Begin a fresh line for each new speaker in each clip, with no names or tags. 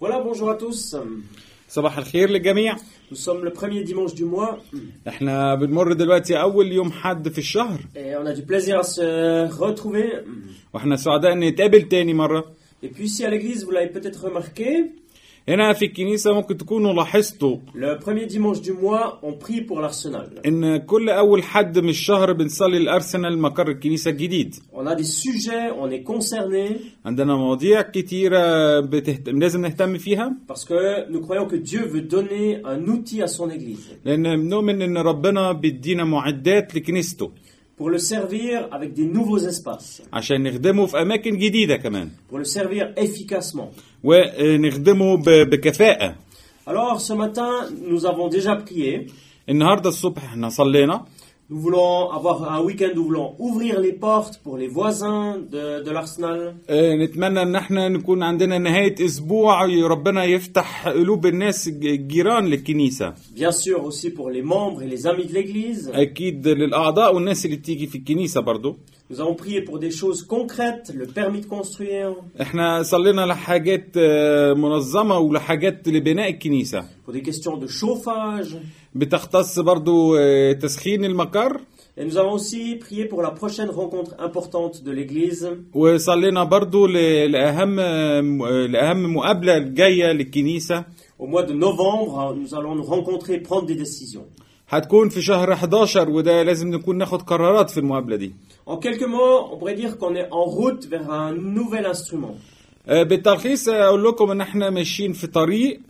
Voilà, bonjour à tous.
صباح الخير للجميع
Nous sommes le premier dimanche du mois
احنا بنمر دلوقتي اول يوم حد في الشهر
et on a du plaisir à se retrouver.
واحنا سعداء ان نتقابل تاني مرة
Et puis ici à l'église, vous l'avez peut-être remarqué,
هنا في الكنيسة ممكن تكونوا لاحظتوا
le premier dimanche du mois, on prie pour l'Arsenal.
ان كل اول حد من الشهر بنصلي الارسنال مقر الكنيسة الجديد
On a des sujets, on est concerné
عندنا مواضيع كتيرة بتهت... لازم نهتم فيها
parce que nous croyons que Dieu veut donner un outil à son église
لان بنؤمن ان ربنا بيدينا معدات لكنيسته
pour le servir avec des nouveaux espaces,
عشان نخدمه في اماكن جديدة كمان
pour le servir efficacement.
ونخدمه ب... بكفاءة
Alors ce matin, nous avons déjà prié.
النهاردة الصبح احنا صلينا
Nous voulons avoir un week-end où nous voulons ouvrir les portes pour les voisins de, de l'Arsenal,
آه، نتمنى ان احنا نكون عندنا نهاية اسبوع ربنا يفتح قلوب الناس الج- الجيران للكنيسة
bien sûr aussi pour les membres et les amis de l'Église.
اكيد للاعضاء والناس اللي بتيجي في الكنيسة برضو
Nous avons prié pour des choses concrètes, le permis de construire,
احنا صلينا لحاجات آه، منظمة ولحاجات لبناء الكنيسة
pour des questions de chauffage.
بتختص برضو آه، تسخين المقر
Et nous avons aussi prié pour la prochaine rencontre importante de l'Église,
وصلينا برضو ل- لأهم آه، م- آه، لأهم مقابلة جاية للكنيسة
Au mois de novembre, nous allons nous rencontrer et prendre des décisions.
هتكون في شهر 11 وده لازم نكون ناخد قرارات في المقابلة دي
En quelques mots, on pourrait dire qu'on est en route vers un nouvel instrument.
آه، بالتلخيص آه، اقول لكم ان احنا ماشيين في طريق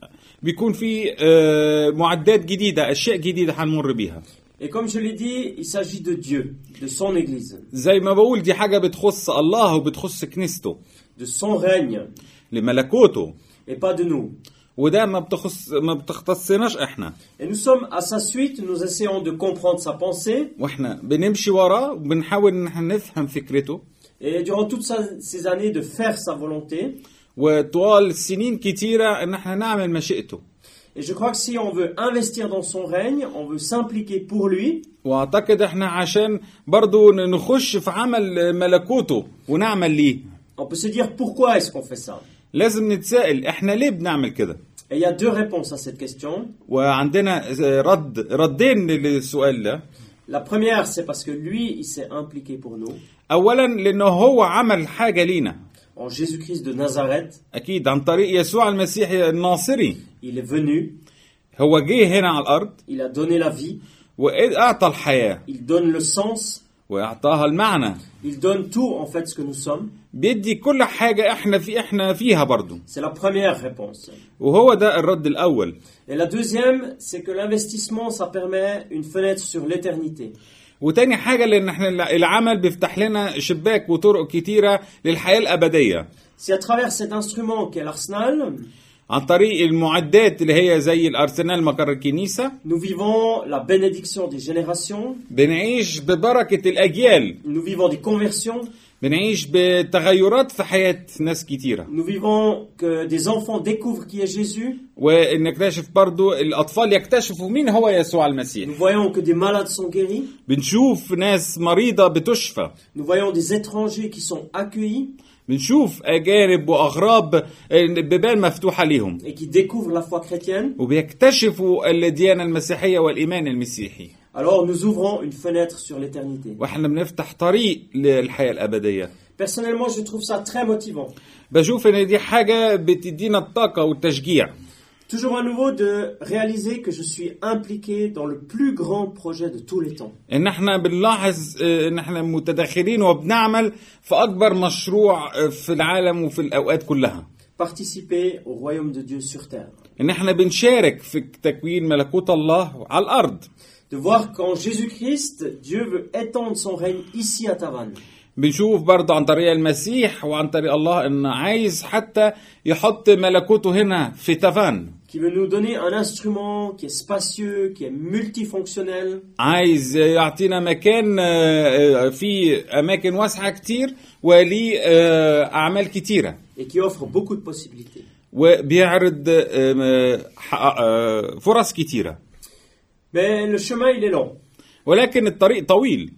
بيكون فيه آه، معدات جديده اشياء جديده هنمر بيها
Et comme je l'ai dit, il s'agit de Dieu, de son Église,
زي ما بقول دي حاجه بتخص الله وبتخص كنيسته
de son règne,
لملكوته
et pas de nous.
وده ما بتخص ما بتختصناش احنا
Et nous sommes à sa suite, nous essayons de comprendre sa pensée,
واحنا بنمشي وراه وبنحاول ان احنا نفهم فكرته
et durant toutes sa- ces années de faire sa volonté.
وطوال سنين كتيره ان احنا نعمل مشيئته
Et je crois que si on veut investir dans son règne, on veut s'impliquer pour lui,
واعتقد احنا عشان برضو نخش في عمل آه، ملكوته ونعمل ليه
on peut se dire pourquoi est-ce qu'on fait ça
لازم نتسائل احنا ليه بنعمل كده
Et il y a deux réponses à cette question.
وعندنا رد ردين للسؤال ده
La première, c'est parce que lui, il s'est impliqué pour nous,
اولا لانه هو عمل حاجه لينا
en Jésus-Christ de Nazareth,
اكيد عن طريق يسوع المسيح الناصري
il est venu,
هو جه هنا على الارض
il a donné la vie,
واعطى الحياه
il donne le sens,
واعطاها المعنى
il donne tout en fait ce que nous sommes.
بيدي كل حاجه احنا في احنا فيها برضو
C'est la première réponse.
وهو ده الرد الاول
Et la deuxième, c'est que l'investissement, ça permet une fenêtre sur l'éternité.
وتاني حاجه لان احنا العمل بيفتح لنا شباك وطرق كتيره للحياه الابديه
Si à travers cet instrument qu'est l'arsenal,
عن طريق المعدات اللي هي زي الارسنال مقر الكنيسه
nous vivons la bénédiction des générations,
بنعيش ببركه الاجيال
nous vivons des conversions,
بنعيش بتغيرات في حياة ناس كتيرة
nous vivons que des enfants découvrent qui est Jésus,
ونكتشف برضو الأطفال يكتشفوا مين هو يسوع
nous
المسيح
voyons que des malades sont guéris,
بنشوف ناس مريضة بتشفى
nous voyons des étrangers qui sont accueillis
بنشوف أجانب وأغراب بيبان مفتوحة ليهم
et qui découvrent la foi chrétienne.
وبيكتشفوا الديانة المسيحية والإيمان المسيحي
Alors nous ouvrons une fenêtre sur l'éternité.
واحنا بنفتح طريق للحياة الأبدية
Personnellement, je trouve ça très motivant.
بشوف ان دي حاجة بتدينا الطاقة والتشجيع
Toujours à nouveau de réaliser que je suis impliqué dans le plus grand projet de tous les temps.
ان احنا بنلاحظ آه، ان احنا متداخلين وبنعمل في اكبر مشروع آه، في العالم وفي الاوقات كلها
Participer au royaume de Dieu sur terre.
ان احنا بنشارك في تكوين ملكوت الله على الارض
De voir qu'en Jésus-Christ, Dieu veut étendre son règne ici à Tavannes.
بنشوف برضه عن طريق المسيح وعن طريق الله ان عايز حتى يحط ملكوته هنا في تافان
Qui veut nous donner un instrument qui est spacieux, qui est multifonctionnel,
عايز يعطينا مكان آه، آه، فيه اماكن واسعه كتير وليه آه، اعمال كتيره
et qui offre beaucoup de possibilités.
وبيعرض آه، آه، ح- آه، فرص كتيره
Mais le chemin, il est long.
ولكن الطريق طويل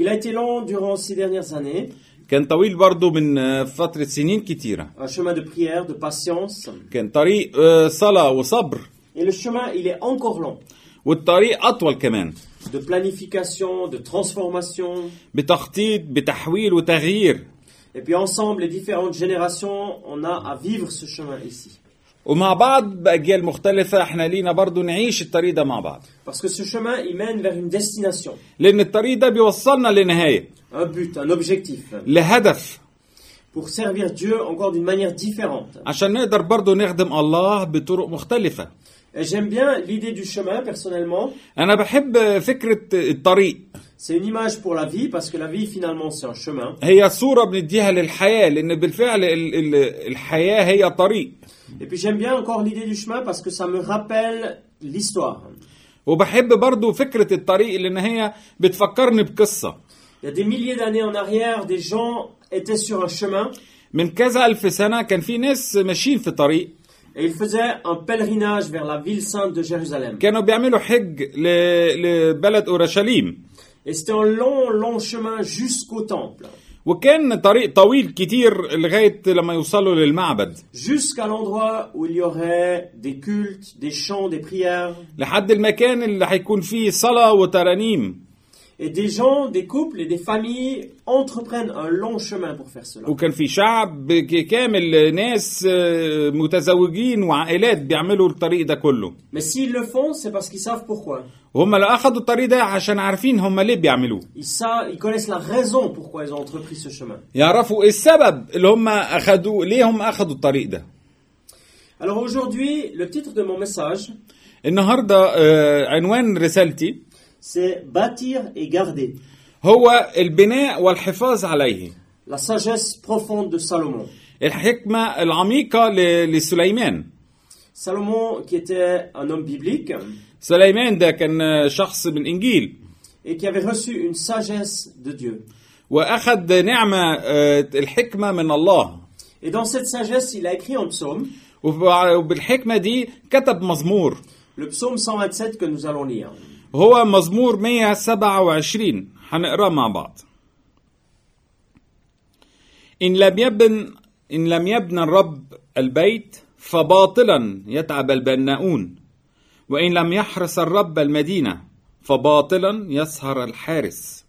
Il a été long durant ces dernières années,
كان طويل برضه من آه، فترة سنين كتيرة
un chemin de prière, de patience.
كان طريق آه، صلاة وصبر
Et le chemin, il est encore long,
والطريق أطول كمان
de planification, de transformation.
بتخطيط بتحويل وتغيير
Et puis ensemble, les différentes générations, on a à vivre ce chemin ici.
ومع بعض بأجيال مختلفة احنا لينا برضه نعيش الطريق ده مع بعض
Parce que ce chemin, il mène vers une destination,
لأن الطريق ده بيوصلنا لنهاية
un but, un objectif,
لهدف
pour servir Dieu encore d'une manière différente.
عشان نقدر برضه نخدم الله بطرق مختلفة
Et j'aime bien l'idée du chemin, personnellement.
أنا بحب فكرة الطريق
C'est une image pour la vie, parce que la vie, finalement, c'est un chemin.
هي صورة بنديها للحياة لأن بالفعل ال- ال- الحياة هي طريق
Et puis j'aime bien encore l'idée du chemin, parce que ça me rappelle l'histoire.
وبحب برضو فكرة الطريق لأن هي بتفكرني بقصة
Il y a des milliers d'années en arrière, des gens étaient sur un chemin
من كذا ألف سنة كان في ناس ماشيين في طريق
et ils faisaient un pèlerinage vers la ville sainte de Jérusalem.
كانوا بيعملوا حج ل- لبلد أورشليم
Et c'était un long, long chemin jusqu'au temple,
وكان طريق طويل كتير لغاية لما يوصلوا للمعبد
jusqu'à l'endroit où il y aurait des cultes, des chants, des prières.
لحد المكان اللي هيكون فيه صلاة وترانيم
Et des gens, des couples et des familles entreprennent un long chemin pour faire cela.
وكان في شعب ك- كامل ناس آه، متزوجين وعائلات بيعملوا الطريق ده كله
Mais s'ils le font, c'est parce qu'ils savent pourquoi.
وهم لو اخدوا الطريق ده عشان عارفين هم ليه بيعملوه
Ils, savent, ils connaissent la raison pourquoi ils ont entrepris ce chemin.
يعرفوا ايه السبب اللي هم اخدوه ليه هم اخدوا الطريق ده
Alors aujourd'hui, le titre de mon message,
النهارده آه، عنوان رسالتي
c'est Bâtir et garder.
هو البناء والحفاظ عليه
La sagesse profonde de Salomon.
الحكمة العميقة ل- لسليمان
Salomon qui était un homme biblique
سليمان ده كان آه، شخص من الإنجيل
et qui avait reçu une sagesse de Dieu.
وأخد نعمة آه، الحكمة من الله
Et dans cette sagesse, il a écrit un psaume,
وب- وبالحكمة دي كتب مزمور
le psaume 127 que nous allons lire.
هو مزمور 127 هنقراه مع بعض إن لم يبن إن لم يبن الرب البيت فباطلا يتعب البناؤون وإن لم يحرس الرب المدينة فباطلا يسهر الحارس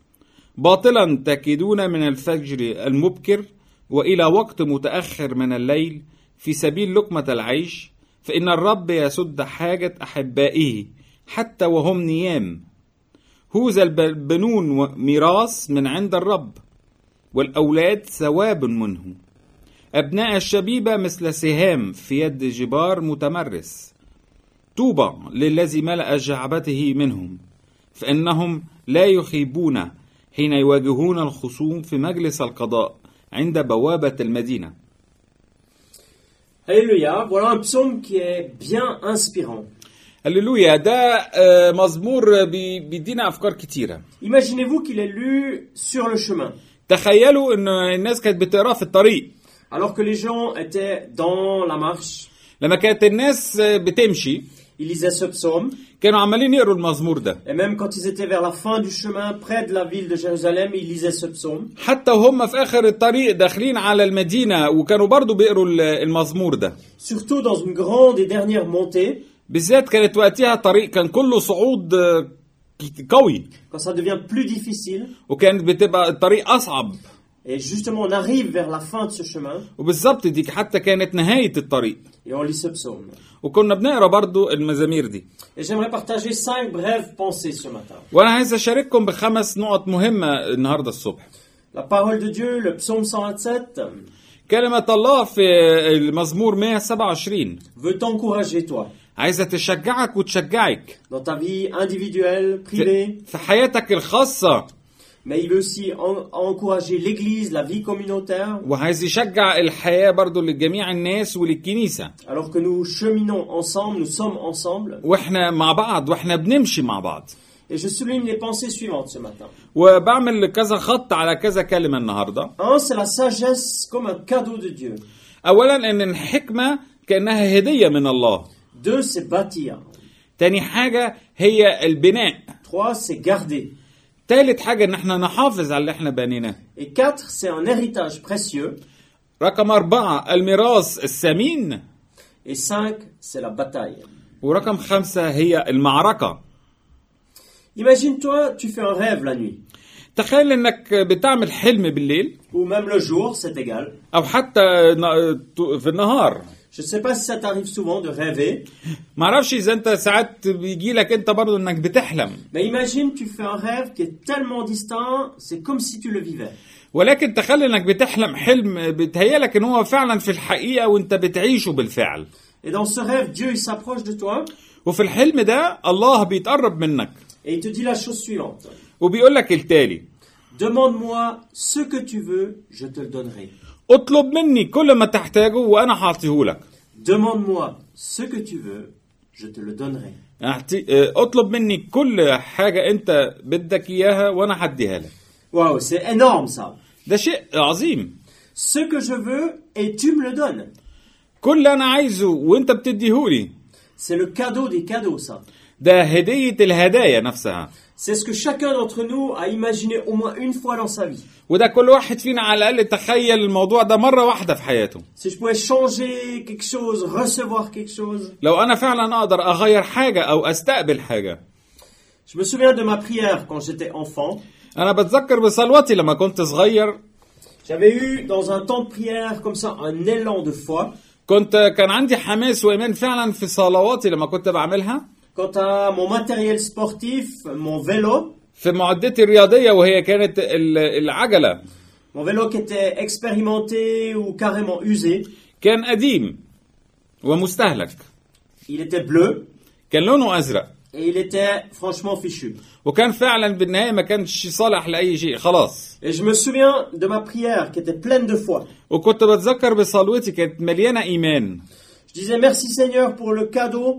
باطلا تكدون من الفجر المبكر والى وقت متاخر من الليل في سبيل لقمه العيش فان الرب يسد حاجه احبائه حتى وهم نيام هوذا البنون ميراث من عند الرب والاولاد ثواب منه ابناء الشبيبه مثل سهام في يد جبار متمرس طوبى للذي ملأ جعبته منهم فإنهم لا يخيبون حين يواجهون الخصوم في مجلس القضاء عند بوابة المدينة
Alléluia, voilà un psaume qui est bien inspirant.
هللويا ده آه، مزمور بي- بيدينا أفكار كتيرة
Imaginez-vous qu'il est lu sur le chemin,
تخيلوا إن الناس كانت بتقراه في الطريق
alors que les gens étaient dans la marche.
لما كانت الناس آه، بتمشي
Ils lisaient ce psaume,
كانوا عمالين يقروا المزمور ده
et même quand ils étaient vers la fin du chemin, près de la ville de Jérusalem, ils lisaient ce psaume.
حتى وهم في آخر الطريق داخلين على المدينة وكانوا برضو بيقروا ال- المزمور ده
Surtout dans une grande et dernière montée,
بالذات كانت وقتها طريق كان كله صعود آه، ك- قوي
quand ça devient plus difficile,
وكانت بتبقى الطريق اصعب
et justement on arrive vers la fin de ce chemin,
وبالظبط دي حتى كانت نهايه الطريق
et on lit ce psaume.
وكنا بنقرا برضو المزامير دي
Et j'aimerais partager cinq brèves pensées ce matin.
وانا عايز اشارككم بخمس نقط مهمه النهارده الصبح
La parole de Dieu, le psaume 127,
كلمه الله في المزمور 127
veut t'encourager toi,
عايزه تشجعك وتشجعك
dans ta vie individuelle, privée,
في- في حياتك الخاصه
mais il veut aussi en- encourager l'Église, la vie communautaire,
وعايز يشجع الحياه برضو لجميع الناس وللكنيسه
alors que nous cheminons ensemble, nous sommes ensemble.
واحنا مع بعض واحنا بنمشي مع بعض
Et je souligne les pensées suivantes ce matin.
وبعمل كذا خط على كذا كلمه النهارده
Un, c'est la sagesse comme un cadeau de Dieu.
اولا ان الحكمه كانها هديه من الله
Deux, c'est bâtir.
تاني حاجه هي البناء
Trois, c'est garder.
تالت حاجة إن إحنا نحافظ على اللي إحنا بنيناه
Et quatre, c'est un héritage précieux.
رقم أربعة الميراث الثمين
Et cinq, c'est la bataille.
ورقم خمسة هي المعركة
Imagine-toi, tu fais un rêve la nuit,
تخيل إنك بتعمل حلم بالليل
ou même le jour, c'est égal.
أو حتى ن- تو- في النهار
Je ne sais pas si ça t'arrive souvent de rêver,
معرفش إذا أنت ساعات بيجي لك أنت برضو إنك بتحلم
mais imagine, tu fais un rêve qui est tellement distant, c'est comme si tu le vivais.
ولكن تخيل إنك بتحلم حلم بتهيألك إن هو فعلا في الحقيقة وأنت بتعيشه بالفعل
Et dans ce rêve, Dieu, il s'approche de toi
وفي الحلم ده الله بيتقرب منك
et il te dit la chose suivante.
وبيقول لك التالي
Demande-moi ce que tu veux, je te le donnerai.
اطلب مني كل ما تحتاجه وانا هعطيهولك
Demande-moi ce que tu veux, je te le donnerai.
أعطي... آه، اطلب مني كل حاجة انت بدك اياها وانا هديها لك
Waouh, c'est énorme ça.
ده شيء عظيم
Ce que je veux et tu me le donnes.
كل اللي انا عايزه وانت بتديهولي
C'est le cadeau des cadeaux ça.
ده هدية الهدايا نفسها
C'est ce que chacun d'entre nous a imaginé au moins une fois dans sa vie.
وده كل واحد فينا على الاقل تخيل الموضوع ده مرة واحدة في حياته
Si je pouvais changer quelque chose, recevoir quelque chose.
لو انا فعلا اقدر اغير حاجة او استقبل حاجة
Je me souviens de ma prière quand j'étais enfant.
انا بتذكر بصلواتي لما كنت صغير
J'avais eu dans un temps de prière comme ça un élan de foi.
كنت كان عندي حماس وايمان فعلا في صلواتي لما كنت بعملها
Quant à mon matériel sportif, mon vélo,
في معدتي الرياضية وهي كانت ال- العجلة
Mon vélo qui était expérimenté ou carrément usé,
كان قديم ومستهلك
il était bleu
كان لونه أزرق
et il était franchement fichu.
وكان فعلا بالنهاية ما كانش صالح لأي شيء خلاص
Et je me souviens de ma prière qui était pleine de foi.
وكنت بتذكر بصلوتي كانت مليانة إيمان
Je disais merci Seigneur pour le cadeau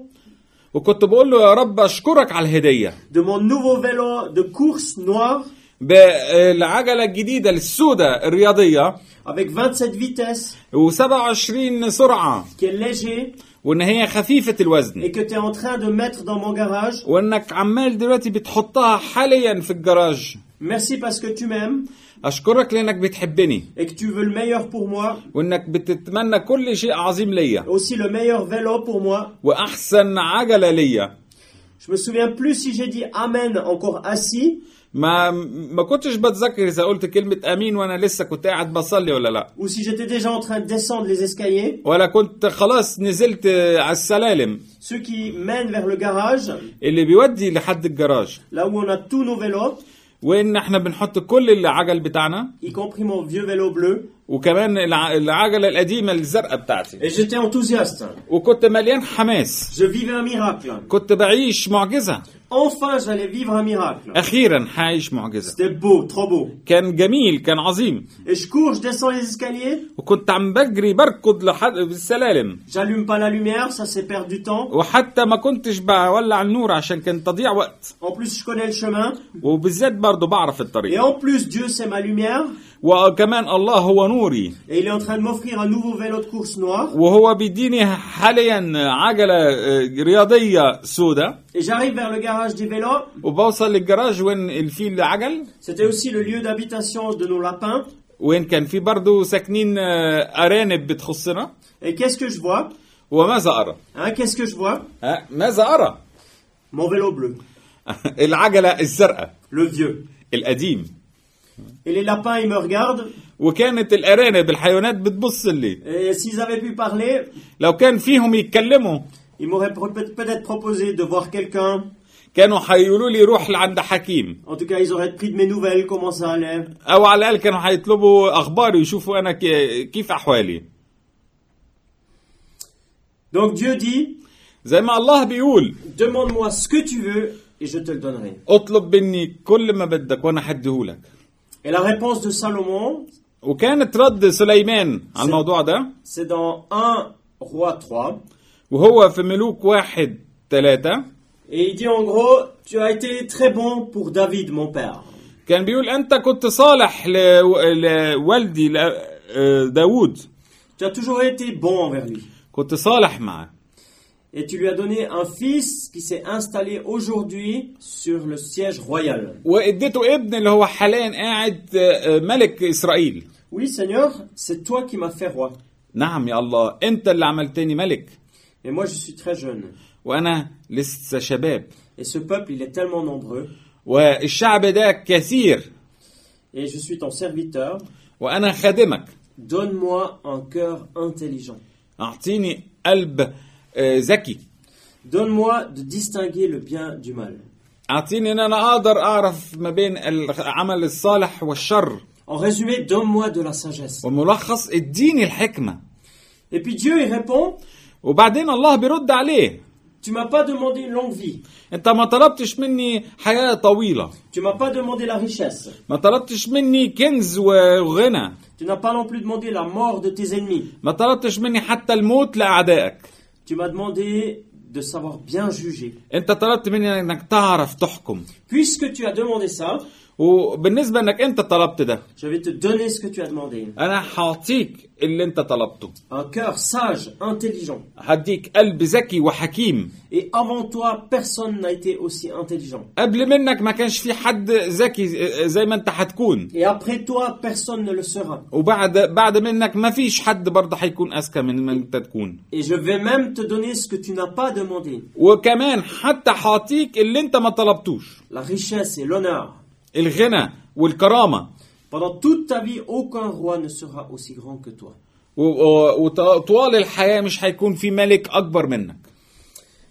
وكنت بقول له يا رب أشكرك على الهدية
de mon nouveau vélo de course noir
بالعجلة الجديدة السوداء الرياضية
avec 27 vitesses
و27 سرعة
qui est léger
وإن هي خفيفة الوزن
et que tu es en train de mettre dans mon garage.
وإنك عمال دلوقتي بتحطها حاليا في الجراج
Merci parce que tu m'aimes
أشكرك لأنك بتحبني
et que tu veux le meilleur pour moi,
وانك بتتمنى كل شيء عظيم ليا
aussi le meilleur vélo pour moi.
واحسن عجله ليا
Je me souviens plus si j'ai dit amen encore assis
ما ما كنتش بتذكر اذا قلت كلمه امين وانا لسه كنت قاعد بصلي ولا لا
ou si j'étais déjà en train de descendre les escaliers.
ولا كنت خلاص نزلت آه، على السلالم
Ceux qui mènent vers le garage,
اللي بيودي لحد الجراج
là où on a tous nos vélos,
وان احنا بنحط كل العجل بتاعنا
y compris mon vieux vélo bleu.
وكمان الع- العجله القديمه الزرقاء بتاعتي
Et j'étais enthousiaste.
وكنت مليان حماس
Je vivais un miracle.
كنت بعيش معجزه
Enfin, j'allais vivre un miracle.
اخيرا هعيش معجزه
C'était beau, trop beau.
كان جميل كان عظيم
Et je cours, je descends les escaliers.
وكنت عم بجري بركض لحد بالسلالم
J'allume pas la lumière, ça c'est perdre du temps.
وحتى ما كنتش بولع النور عشان كان تضيع وقت
En plus, je connais le chemin.
وبالذات برضه بعرف
Et
الطريق
en plus, Dieu c'est ma lumière.
وكمان الله هو نوري
Et il est en train de m'offrir un nouveau vélo de course noir.
وهو بيديني حاليا عجلة آه، رياضية سوداء
Et j'arrive vers le garage des vélos.
وبوصل للجراج وين في العجل
C'était aussi le lieu d'habitation de nos lapins.
وين كان في برضه ساكنين آه، أرانب بتخصنا
Et qu'est-ce que je vois
وماذا أرى؟
Hein, qu'est-ce que je vois
ها، ماذا أرى؟
Mon vélo bleu,
العجلة الزرقاء
le vieux.
القديم
Et les lapins, ils me regardent.
وكانت الأرانب الحيوانات بتبص لي
Et s'ils avaient pu parler,
لو كان فيهم يتكلموا
ils m'auraient pro- peut- peut-être proposé de voir quelqu'un.
كانوا هيقولوا لي روح لعند حكيم
En tout cas, ils auraient pris de mes nouvelles, comment ça allait.
او على الاقل كانوا هيطلبوا اخباري ويشوفوا انا كي- كيف احوالي
Donc Dieu dit,
زي ما الله بيقول
demande-moi ce que tu veux et je te le donnerai.
اطلب مني كل ما بدك وانا هديهولك
Et la réponse de Salomon,
وكانت رد سليمان على
س-
الموضوع ده
c'est dans 1 roi 3.
وهو في ملوك واحد ثلاثة
Et il dit en gros, tu as été très bon pour David, mon père.
كان بيقول انت كنت صالح لو- لوالدي ل- آه، داود
Tu as toujours été bon envers lui.
كنت صالح معاه
Et tu lui as donné un fils qui s'est installé aujourd'hui sur le siège royal.
واديته ابن اللي هو حاليا قاعد آه، آه، ملك اسرائيل
Oui, Seigneur, c'est toi qui m'as fait roi.
نعم يا الله انت اللي عملتني ملك
Et moi, je suis très jeune.
وانا لسه شباب
Et ce peuple, il est tellement nombreux.
والشعب ده كثير
Et je suis ton serviteur.
وانا خادمك
Donne-moi un cœur intelligent.
اعطيني قلب آه، ذكي
Donne-moi de distinguer le bien du mal.
اعطيني ان انا اقدر اعرف ما بين العمل الصالح والشر
En résumé, donne-moi de la sagesse.
وملخص اديني الحكمه
Et puis Dieu, il répond,
وبعدين الله بيرد عليه
tu m'as pas demandé une longue vie.
انت ما طلبتش مني حياه طويله
Tu m'as pas demandé la richesse.
ما طلبتش مني كنز وغنى
Tu n'as pas non plus demandé la mort de tes ennemis.
ما طلبتش مني حتى الموت لاعدائك
Tu m'as demandé de savoir bien juger.
انت طلبت مني انك تعرف تحكم
Puisque tu as demandé ça,
وبالنسبه انك انت طلبت ده
je vais te donner ce que tu as demandé.
انا هعطيك اللي انت طلبته
Un cœur sage, intelligent.
هديك قلب ذكي وحكيم
Et avant toi, personne n'a été aussi intelligent.
قبل منك ما كانش في حد ذكي زي ما انت هتكون
Et après toi, personne ne le sera.
وبعد بعد منك ما فيش حد برضه هيكون اذكى من ما انت تكون
Et je vais même te donner ce que tu n'as pas demandé.
وكمان حتى هعطيك اللي انت ما طلبتوش
La richesse et l'honneur.
الغنى والكرامه
Pendant toute ta vie, aucun roi ne sera aussi grand que toi.
و- وطوال الحياه مش هيكون في ملك اكبر منك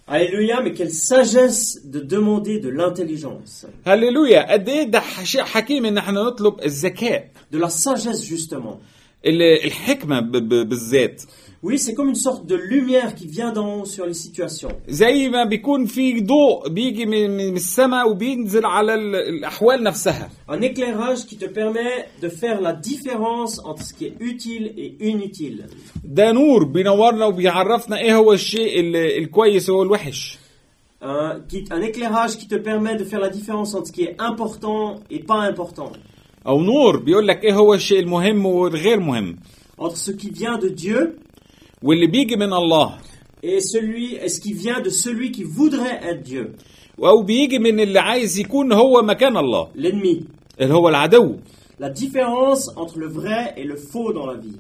Alléluia, mais quelle sagesse de demander de l'intelligence.
هللويا قد ايه ده شيء حكيم ان احنا نطلب الذكاء
De la sagesse, justement.
ال- الحكمه ب- ب- بالذات
Oui, c'est comme une sorte de lumière qui vient d'en haut sur les situations.
زي ما بيكون في ضوء بيجي من من السماء وبينزل على ال- الاحوال نفسها
Un éclairage qui te permet de faire la différence entre ce qui est utile et inutile.
ده نور بينورنا وبيعرفنا ايه هو الشيء ال- الكويس وهو الوحش
Un, qui- un éclairage qui te permet de faire la différence entre ce qui est important et pas important.
او نور بيقول لك ايه هو الشيء المهم والغير مهم
Entre ce qui vient de Dieu
واللي بيجي من الله
et, celui, et ce qui vient de celui qui voudrait être Dieu,
او بيجي من اللي عايز يكون هو مكان الله
l'ennemi.
اللي هو العدو
La différence entre le vrai et le faux dans la vie.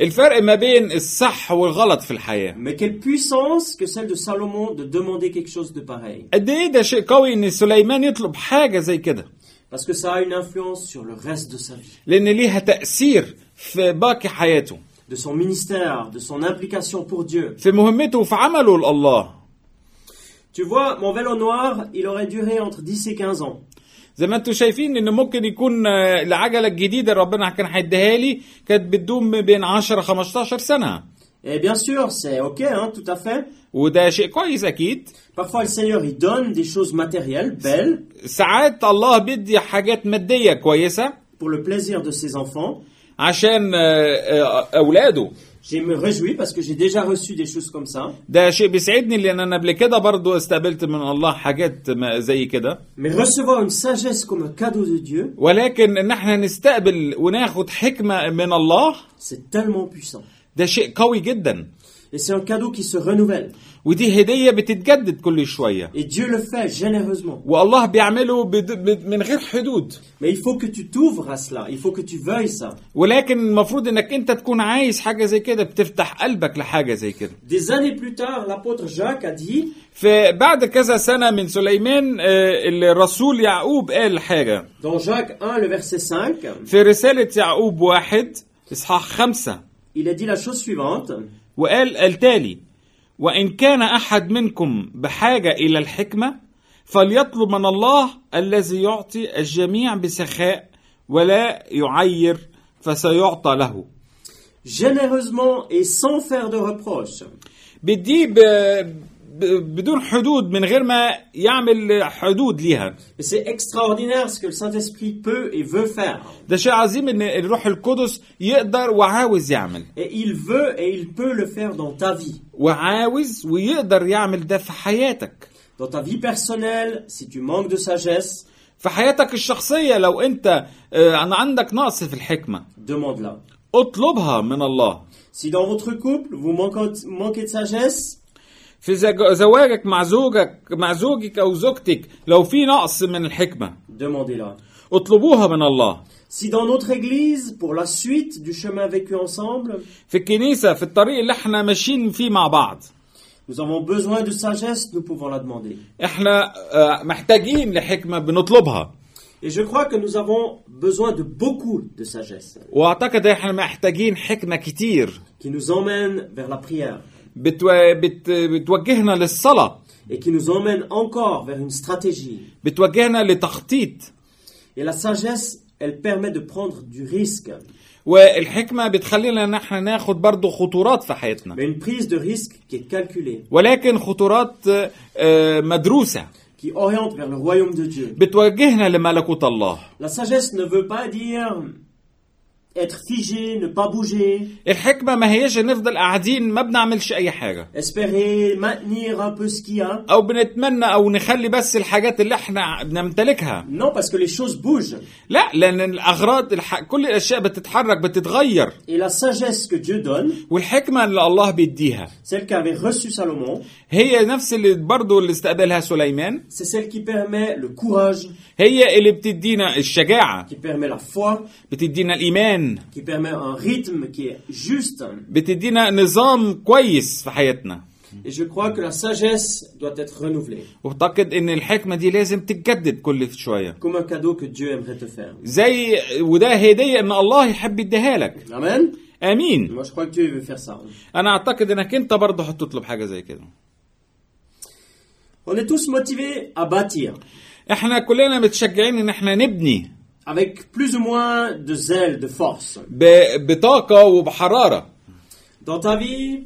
الفرق ما بين الصح والغلط في الحياه
Mais quelle puissance que celle de Salomon de demander quelque chose de pareil.
قد ايه ده شيء قوي ان سليمان يطلب حاجه زي كده
Parce que ça a une influence sur le reste de sa vie,
لان ليها تاثير في باقي حياته
de son ministère, de son implication pour Dieu.
في مهمته وفي عمله لله
Tu vois, mon vélo noir, il aurait duré entre 10 et 15 ans.
زي ما انتم شايفين ان ممكن يكون آه، العجله الجديده اللي ربنا كان هيديها لي كانت بتدوم ما بين 10 15 سنه
Et bien sûr, c'est ok, hein, tout à fait.
وده شيء كويس اكيد
Parfois, le Seigneur, il donne des choses matérielles, belles,
ساعات الله بيدي حاجات ماديه كويسه
pour le plaisir de ses enfants.
عشان آه، آه، اولاده
Je me réjouis parce que j'ai déjà reçu des choses comme ça.
ده شيء بيسعدني لان انا قبل كده برضو استقبلت من الله حاجات ما- زي كده
Mais recevoir une sagesse comme un cadeau de Dieu,
ولكن ان احنا نستقبل وناخد حكمه من الله
c'est tellement puissant.
ده شيء قوي جدا
Et c'est un cadeau qui se renouvelle.
ودي هديه بتتجدد كل شويه
Et Dieu le fait généreusement.
والله بيعمله بد- بد- من غير حدود
Mais il faut que tu t'ouvres à cela. Il faut que tu veuilles ça.
ولكن المفروض انك انت تكون عايز حاجه زي كده بتفتح قلبك لحاجه زي كده
Des années plus tard, l'apôtre Jacques a dit
فبعد كذا سنه من سليمان آه، الرسول يعقوب قال حاجه
dans Jacques 1, le verset 5,
في رساله يعقوب واحد اصحاح خمسة
il a dit la chose suivante.
وقال التالي وإن كان أحد منكم بحاجة إلى الحكمة فليطلب من الله الذي يعطي الجميع بسخاء ولا يعير فسيعطى له
Généreusement et sans faire de reproche.
بدي ب... ب... بدون حدود من غير ما يعمل حدود ليها
Et c'est extraordinaire ce que le Saint-Esprit peut et veut faire.
ده شيء عظيم ان الروح القدس يقدر وعاوز يعمل
Et il veut et il peut le faire dans ta vie.
وعاوز ويقدر يعمل ده في حياتك
Dans ta vie personnelle, si tu manques de sagesse,
في حياتك الشخصية لو انت آه، عندك نقص في الحكمة
demande-la.
اطلبها من الله
Si dans votre couple, vous manquez manquez de sagesse,
في زج- زواجك مع زوجك مع زوجك أو زوجتك لو في نقص من الحكمة
demandez-la.
اطلبوها من الله
Si dans notre Église, pour la suite du chemin vécu ensemble,
في الكنيسة في الطريق اللي احنا ماشيين فيه مع بعض
nous avons besoin de sagesse, nous pouvons la demander.
احنا آه، محتاجين لحكمة بنطلبها
Et je crois que nous avons besoin de beaucoup de sagesse
واعتقد احنا محتاجين حكمة كتير
qui nous emmène vers la prière
بتو... بت... بتوجهنا للصلاة
et qui nous emmène encore vers une stratégie.
بتوجهنا لتخطيط
Et la sagesse, elle permet de prendre du risque.
والحكمة بتخلينا ان احنا ناخد برضو خطورات في حياتنا
Mais une prise de risque qui est calculée,
ولكن خطورات آه، آه، مدروسة
qui oriente vers le royaume de Dieu.
بتوجهنا لملكوت الله
La sagesse ne veut pas dire être figé, ne pas bouger,
الحكمة ما هيش نفضل قاعدين ما بنعملش اي حاجة
espérer maintenir un peu ce qu'il y a.
او بنتمنى او نخلي بس الحاجات اللي احنا بنمتلكها
Non, parce que les choses bougent.
لا لان الاغراض الح... كل الاشياء بتتحرك بتتغير
Et la sagesse que Dieu donne,
والحكمه اللي الله بيديها
celle qu'avait reçue Salomon,
هي نفس اللي برضه اللي استقبلها سليمان
c'est celle qui permet le courage,
هي اللي بتدينا الشجاعه
qui permet la foi,
بتدينا الايمان
qui permet un rythme qui est juste.
بتدينا نظام كويس في حياتنا
Et je crois que la sagesse doit être renouvelée,
واعتقد ان الحكمه دي لازم تتجدد كل شويه
comme un cadeau que Dieu aimerait te faire.
زي وده هديه ان الله يحب يديها لك
Amen.
امين
Moi, je crois que Dieu veut faire ça.
انا اعتقد انك انت برضه هتطلب حاجه زي كده
On est tous motivés à bâtir,
احنا كلنا متشجعين ان احنا نبني
avec plus ou moins de zèle, de force.
ب- بطاقه وبحراره
Dans ta vie,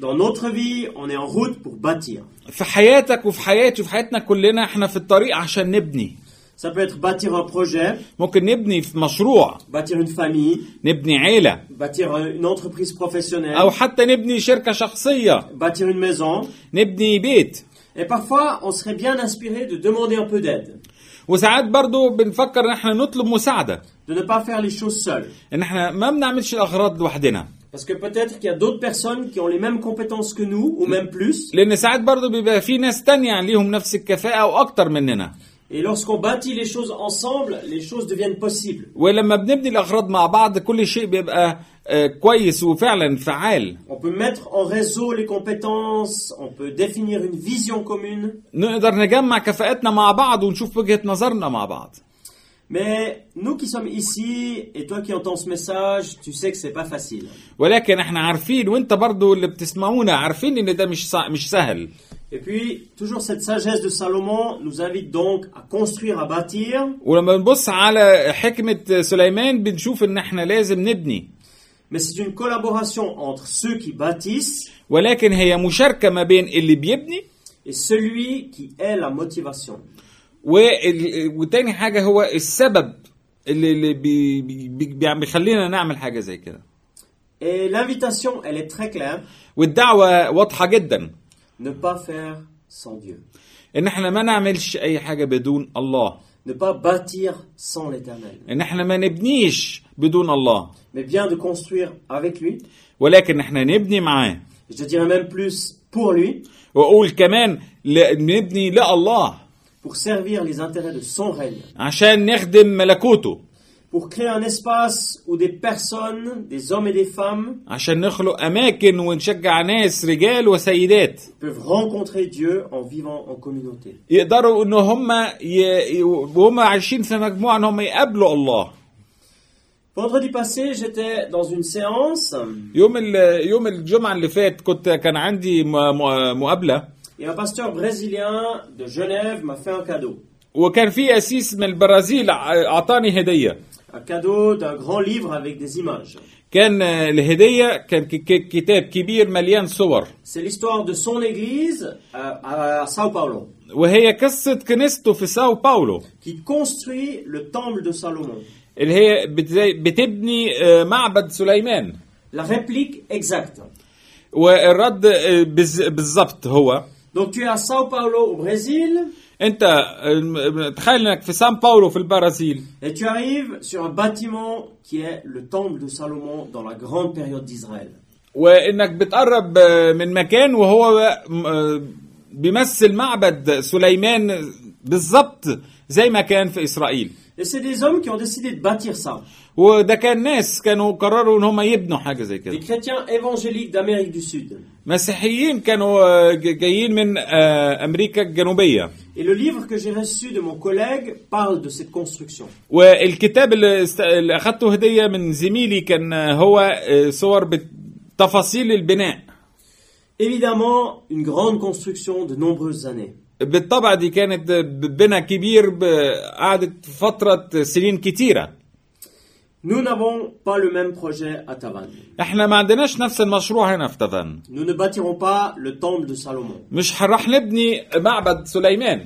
dans notre vie, on est en route pour bâtir.
في حياتك وفي حياتي وفي حياتنا كلنا احنا في الطريق عشان نبني
Ça peut être bâtir un projet,
ممكن نبني في مشروع
bâtir une famille,
نبني عيلة
bâtir euh, une entreprise professionnelle,
أو حتى نبني شركة شخصية
bâtir une maison.
نبني بيت
Et parfois, on serait bien inspiré de demander un peu d'aide,
وساعات برضو بنفكر ان احنا نطلب مساعدة
de ne pas faire les choses seul.
ان احنا ما بنعملش الاغراض لوحدنا
Parce que peut-être qu'il y a d'autres personnes qui ont les mêmes compétences que nous, ou même plus.
لان ساعات برضو بيبقى في ناس تانية ليهم نفس الكفاءة او اكتر مننا
Et lorsqu'on bâtit les choses ensemble, les choses deviennent possibles.
ولما بنبني الاغراض مع بعض كل شيء بيبقى آه، كويس وفعلا فعال
On peut mettre en réseau les compétences, on peut définir une vision commune,
نقدر نجمع كفاءاتنا مع بعض ونشوف وجهة نظرنا مع بعض
Mais nous qui sommes ici et toi qui entends ce message, tu sais que c'est pas facile.
ولكن احنا عارفين وانت برضو اللي بتسمعونا عارفين ان ده مش سا- مش سهل
Et puis, toujours cette sagesse de Salomon nous invite donc à construire, à bâtir,
ولما بنبص على حكمة سليمان بنشوف ان احنا لازم نبني
mais c'est une collaboration entre ceux qui bâtissent
ولكن هي مشاركة ما بين اللي بيبني
et celui qui est la motivation.
وال... وتاني حاجة هو السبب اللي, اللي بي... بي... بي... بيخلينا نعمل حاجة زي كده
Et l'invitation, elle est très claire,
والدعوة واضحة جدا
ne pas faire sans Dieu,
ان احنا ما نعملش اي حاجة بدون الله
ne pas bâtir sans l'Éternel,
ان احنا ما نبنيش بدون الله
mais bien de construire avec lui,
ولكن احنا نبني معاه
je te dirais même plus pour lui,
واقول كمان ل... نبني لله
pour servir les intérêts de son règne.
عشان نخدم ملكوته
pour créer un espace où des personnes, des hommes et des femmes
عشان نخلق أماكن ونشجع ناس رجال وسيدات
peuvent rencontrer Dieu en vivant en communauté.
يقدروا إن هم ي... ي- وهم عايشين في مجموعة إن هم يقابلوا الله
Vendredi passé, j'étais dans une séance
يوم ال... يوم الجمعة اللي فات كنت كان عندي م... م... مقابلة
et un pasteur brésilien de Genève m'a fait un cadeau.
وكان في أسيس من البرازيل ع- أعطاني هدية
Un cadeau d'un grand livre avec des images.
كان آه، الهدية كان ك... ك... كتاب كبير مليان صور
C'est l'histoire de son église euh, à, à Sao Paulo
وهي قصة كنيسته في ساو باولو
qui construit le temple de Salomon.
اللي هي بت- بتبني آه، معبد سليمان
La réplique exacte.
والرد آه، بالز- بالظبط هو
Donc tu es à Sao Paulo au Brésil
انت آه، تخيل انك في سان باولو في البرازيل
Et tu arrives sur un bâtiment qui est le temple de Salomon dans la grande période d'Israël.
وانك بتقرب آه، من مكان وهو آه، بيمثل معبد سليمان بالظبط زي ما كان في اسرائيل
Et c'est des hommes qui ont décidé de bâtir ça.
وده كان ناس كانوا قرروا ان هم يبنوا حاجه زي كده
Des chrétiens évangéliques d'Amérique du Sud.
مسيحيين كانوا آه، ج- جايين من آه، امريكا الجنوبيه
Et le livre que j'ai reçu de mon collègue parle de cette construction.
والكتاب اللي است- اللي اخذته هديه من زميلي كان آه، هو آه، صور بتفاصيل البناء
Évidemment, une grande construction de nombreuses années.
بالطبع دي كانت بنا كبير ب- قعدت فترة سنين كتيرة
Nous n'avons pas le même projet à Tavannes.
احنا ما عندناش نفس المشروع هنا في تفن
Nous ne bâtirons pas le temple de Salomon.
مش هنروح نبني معبد سليمان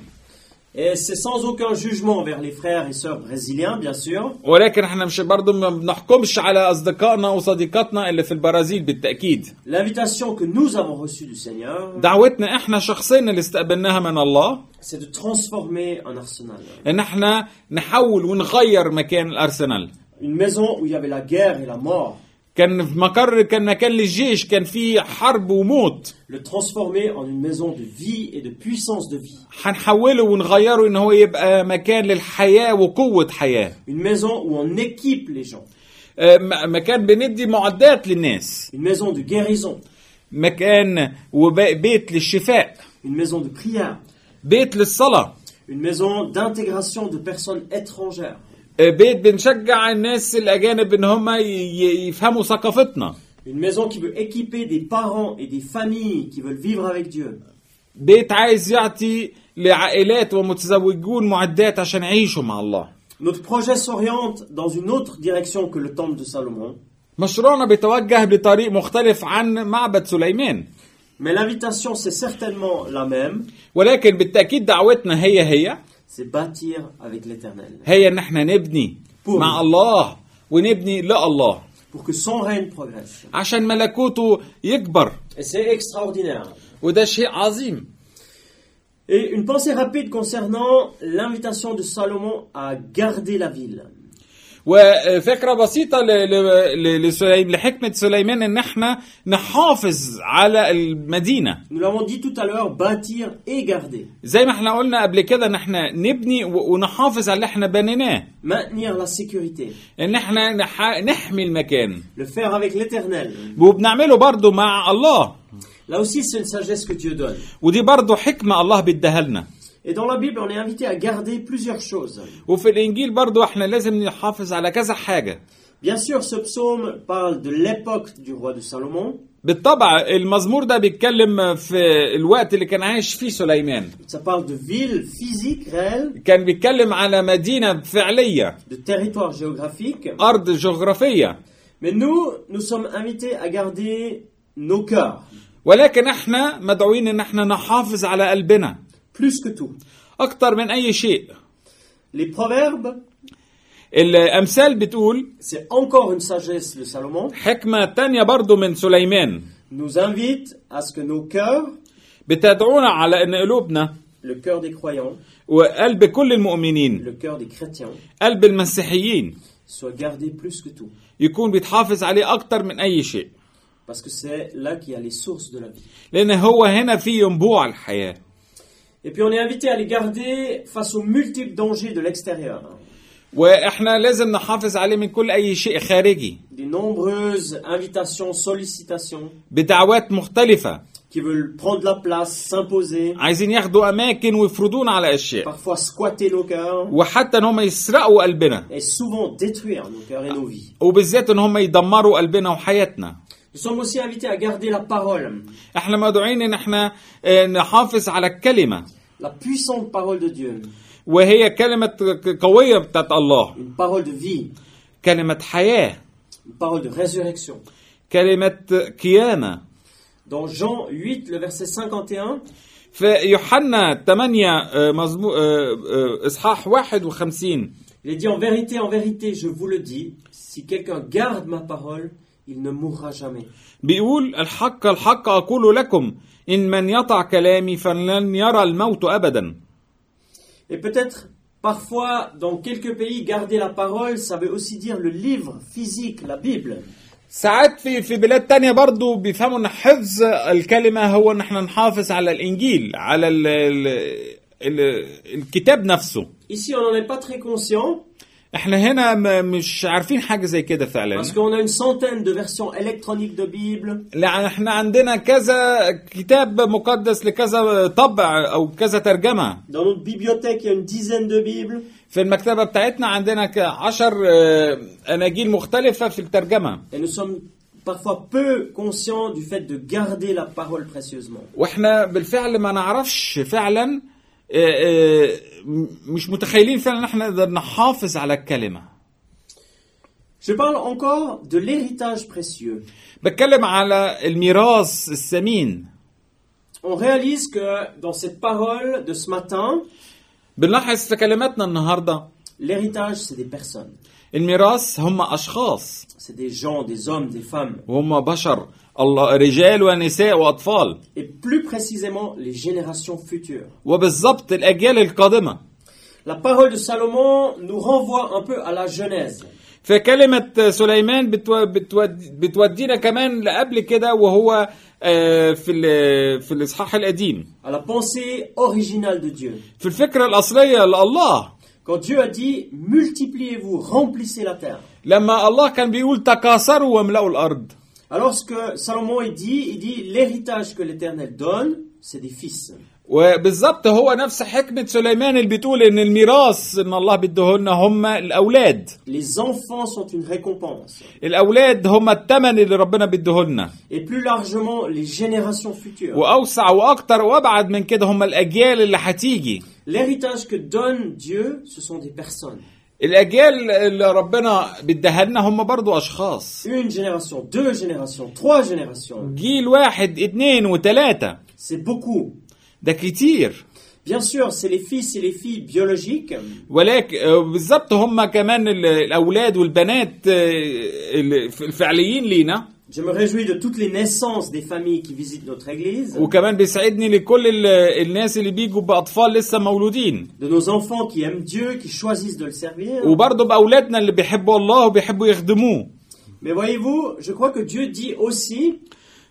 Et c'est sans aucun jugement envers les frères et sœurs brésiliens, bien sûr,
ولكن احنا مش برضه ما بنحكمش على اصدقائنا وصديقاتنا اللي في البرازيل بالتاكيد
L'invitation que nous avons reçue du Seigneur,
دعوتنا احنا شخصيا اللي استقبلناها من الله
c'est de transformer un arsenal.
ان احنا نحول ونغير مكان الارسنال
Une maison où il y avait la guerre et la mort,
كان في مقر كان مكان للجيش كان فيه حرب وموت
le transformer en une maison de vie et de puissance de vie.
هنحوله ونغيره ان هو يبقى مكان للحياه وقوه حياه
Une maison où on équipe les gens.
آه، م- مكان بندي معدات للناس
Une maison de guérison.
مكان وبيت للشفاء
Une maison de prière.
بيت للصلاه
Une maison d'intégration de personnes étrangères.
آه، بيت بنشجع الناس الاجانب ان هم ي- ي- يفهموا ثقافتنا
Une maison qui veut équiper des parents et des familles qui veulent vivre avec Dieu.
بيت عايز يعطي لعائلات ومتزوجون معدات عشان يعيشوا مع الله
Notre projet s'oriente dans une autre direction que le temple de Salomon,
مشروعنا بيتوجه بطريق مختلف عن معبد سليمان
mais l'invitation c'est certainement la même,
ولكن بالتاكيد دعوتنا هي هي
c'est bâtir avec l'Éternel,
هي ان احنا نبني
بوم.
مع الله ونبني لله
pour que son règne progresse.
عشان ملكوته يكبر
Et c'est extraordinaire.
وده شيء عظيم
Et une pensée rapide concernant l'invitation de Salomon à garder la ville.
وفكرة بسيطة ل- ل- ل- لسليم لحكمة سليمان ان احنا نحافظ على المدينة
Nous l'avons dit tout à l'heure, bâtir et garder.
زي ما احنا قلنا قبل كده ان احنا نبني و- ونحافظ على اللي احنا بنيناه
Maintenir la sécurité.
ان احنا نح- نحمي المكان
Le faire avec l'éternel.
وبنعمله برضو مع الله
Là aussi, c'est une sagesse que Dieu donne.
ودي برضو حكمة الله بيديها لنا
Et dans la Bible, on est invité à garder plusieurs choses.
وفي الانجيل برضو احنا لازم نحافظ على كذا حاجة
Bien sûr, ce psaume parle de l'époque du roi de Salomon.
بالطبع المزمور ده بيتكلم في الوقت اللي كان عايش فيه سليمان
Ça parle de villes physiques réelles,
كان بيتكلم على مدينة فعلية
de territoires géographiques.
أرض جغرافية
Mais nous, nous sommes invités à garder nos cœurs,
ولكن احنا مدعوين ان احنا نحافظ على قلبنا
plus que tout.
أكتر من أي شيء
Les proverbes,
الأمثال بتقول
c'est encore une sagesse de Salomon,
حكمة تانية برضو من سليمان
nous invite à ce que nos cœurs,
بتدعونا على أن قلوبنا
le cœur des croyants,
وقلب كل المؤمنين
le cœur des chrétiens,
قلب المسيحيين
soient gardés plus que tout.
يكون بيتحافظ عليه أكتر من أي شيء
Parce que c'est là qu'il y a les sources de la vie.
لأن هو هنا في ينبوع الحياة
Et puis on est invité à les garder face aux multiples dangers de l'extérieur.
واحنا لازم نحافظ عليه من كل اي شيء خارجي
Des nombreuses invitations, sollicitations
بدعوات مختلفة
qui veulent prendre la place, s'imposer,
عايزين ياخدوا اماكن ويفرضونا على اشياء
parfois squatter nos cœurs
وحتى ان هم يسرقوا قلبنا
et souvent détruire nos cœurs et nos vies.
وبالذات ان هم يدمروا قلبنا وحياتنا
Nous sommes aussi invités à garder la parole,
احنا مدعوين ان احنا آه، نحافظ على الكلمة
la puissante parole de Dieu,
وهي كلمة ك- قوية بتاعت الله
une parole de vie,
كلمة حياة
une parole de résurrection.
كلمة قيامة
Dans Jean 8, le verset 51,
في يوحنا 8 آه، مزمو- آه، آه، اصحاح 51
il est dit en vérité, en vérité, je vous le dis, si quelqu'un garde ma parole, il ne mourra jamais.
بيقول الحق الحق أقول لكم إن من يطع كلامي فلن يرى الموت أبدا
Et peut-être, parfois, dans quelques pays, garder la parole, ça veut aussi dire le livre physique, la Bible.
ساعات في في بلاد تانية برضو بيفهموا ان حفظ الكلمة هو ان احنا نحافظ على الانجيل على ال ال ال الكتاب نفسه
Ici, on n'en est pas très conscient
احنا هنا م- مش عارفين حاجة زي كده فعلا
parce qu'on a une centaine de versions électroniques de Bible.
لأن احنا عندنا كذا كتاب مقدس لكذا طبع او كذا ترجمة
Dans notre bibliothèque, il y a une dizaine de Bibles.
في المكتبة بتاعتنا عندنا ك- عشر آه، اناجيل مختلفة في الترجمة
Et nous sommes parfois peu conscients du fait de garder la parole précieusement.
واحنا بالفعل ما نعرفش فعلا آه، آه، م- مش متخيلين فعلا ان احنا نقدر نحافظ على الكلمه
Je parle encore de l'héritage précieux.
بتكلم على الميراث الثمين
On réalise que dans cette parole de ce matin,
بنلاحظ في كلماتنا النهارده
l'héritage, c'est des personnes.
الميراث هم اشخاص
C'est des gens, des hommes, des femmes.
وهم بشر الله رجال ونساء واطفال
Et plus précisément, les générations futures.
وبالظبط الاجيال القادمه
La parole de Salomon nous renvoie un peu à la Genèse.
فكلمة سليمان بتو... بتو... بتودينا كمان لقبل كده وهو آه، في ال... في الإصحاح القديم
à la pensée originale de Dieu.
في الفكرة الأصلية لله
Quand Dieu a dit multipliez-vous, remplissez la terre.
لما الله كان بيقول تكاثروا واملأوا الأرض
Alors ce que Salomon il dit, il dit l'héritage que l'Éternel donne, c'est des fils.
وبالظبط هو نفس حكمة سليمان اللي بتقول إن الميراث إن الله بيديهولنا هم الأولاد
Les enfants sont une récompense.
الأولاد هم التمن اللي ربنا بيديهولنا
Et plus largement, les générations futures.
وأوسع وأكتر وأبعد من كده هم الأجيال اللي هتيجي
L'héritage que donne Dieu, ce sont des personnes.
الأجيال اللي ربنا بيديها لنا هم برضو أشخاص
Une génération, deux générations, trois générations.
جيل واحد اتنين وتلاتة
C'est beaucoup.
ده كتير
Bien sûr, c'est les fils et les filles biologiques,
ولكن آه، بالظبط هم كمان ال- الأولاد والبنات آه، ال- الفعليين لينا
Je me réjouis de toutes les naissances des familles qui visitent notre Église,
وكمان بيسعدني لكل ال- الناس اللي بيجوا بأطفال لسه مولودين
de nos enfants qui aiment Dieu, qui choisissent de le servir.
وبرضه بأولادنا اللي بيحبوا الله وبيحبوا يخدموه
Mais voyez-vous, je crois que Dieu dit aussi,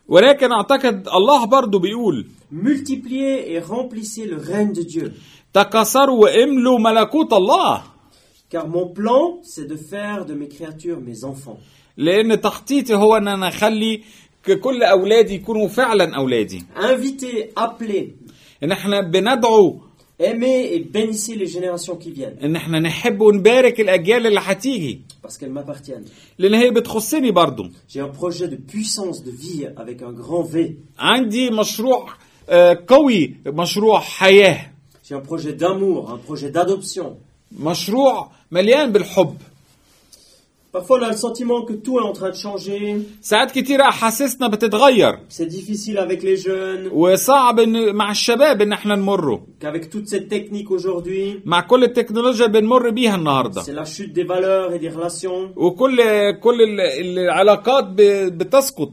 ولكن أعتقد الله برضه بيقول
multipliez et remplissez le règne de Dieu.
تكاثروا واملوا ملكوت الله
Car mon plan, c'est de faire de mes créatures mes enfants.
لأن تخطيطي هو إن أنا أخلي ك- كل أولادي يكونوا فعلا أولادي
Invitez, appelez,
إن إحنا بندعو
aimez et bénissez les générations qui viennent,
إن إحنا نحب ونبارك الأجيال اللي هتيجي
parce qu'elles m'appartiennent.
لأن هي بتخصني برضه
J'ai un projet de puissance de vie avec un grand V.
عندي مشروع آه، قوي مشروع حياة
J'ai un projet d'amour, un projet d'adoption.
مشروع مليان بالحب
Parfois, on a le sentiment que tout est en train de changer,
ساعات كتيرة أحاسيسنا بتتغير
c'est difficile avec les jeunes,
وصعب إن مع الشباب إن إحنا نمره
qu'avec toute cette technique aujourd'hui,
مع كل التكنولوجيا بنمر بيها النهاردة
c'est la chute des valeurs et des relations.
وكل كل ال- العلاقات ب- بتسقط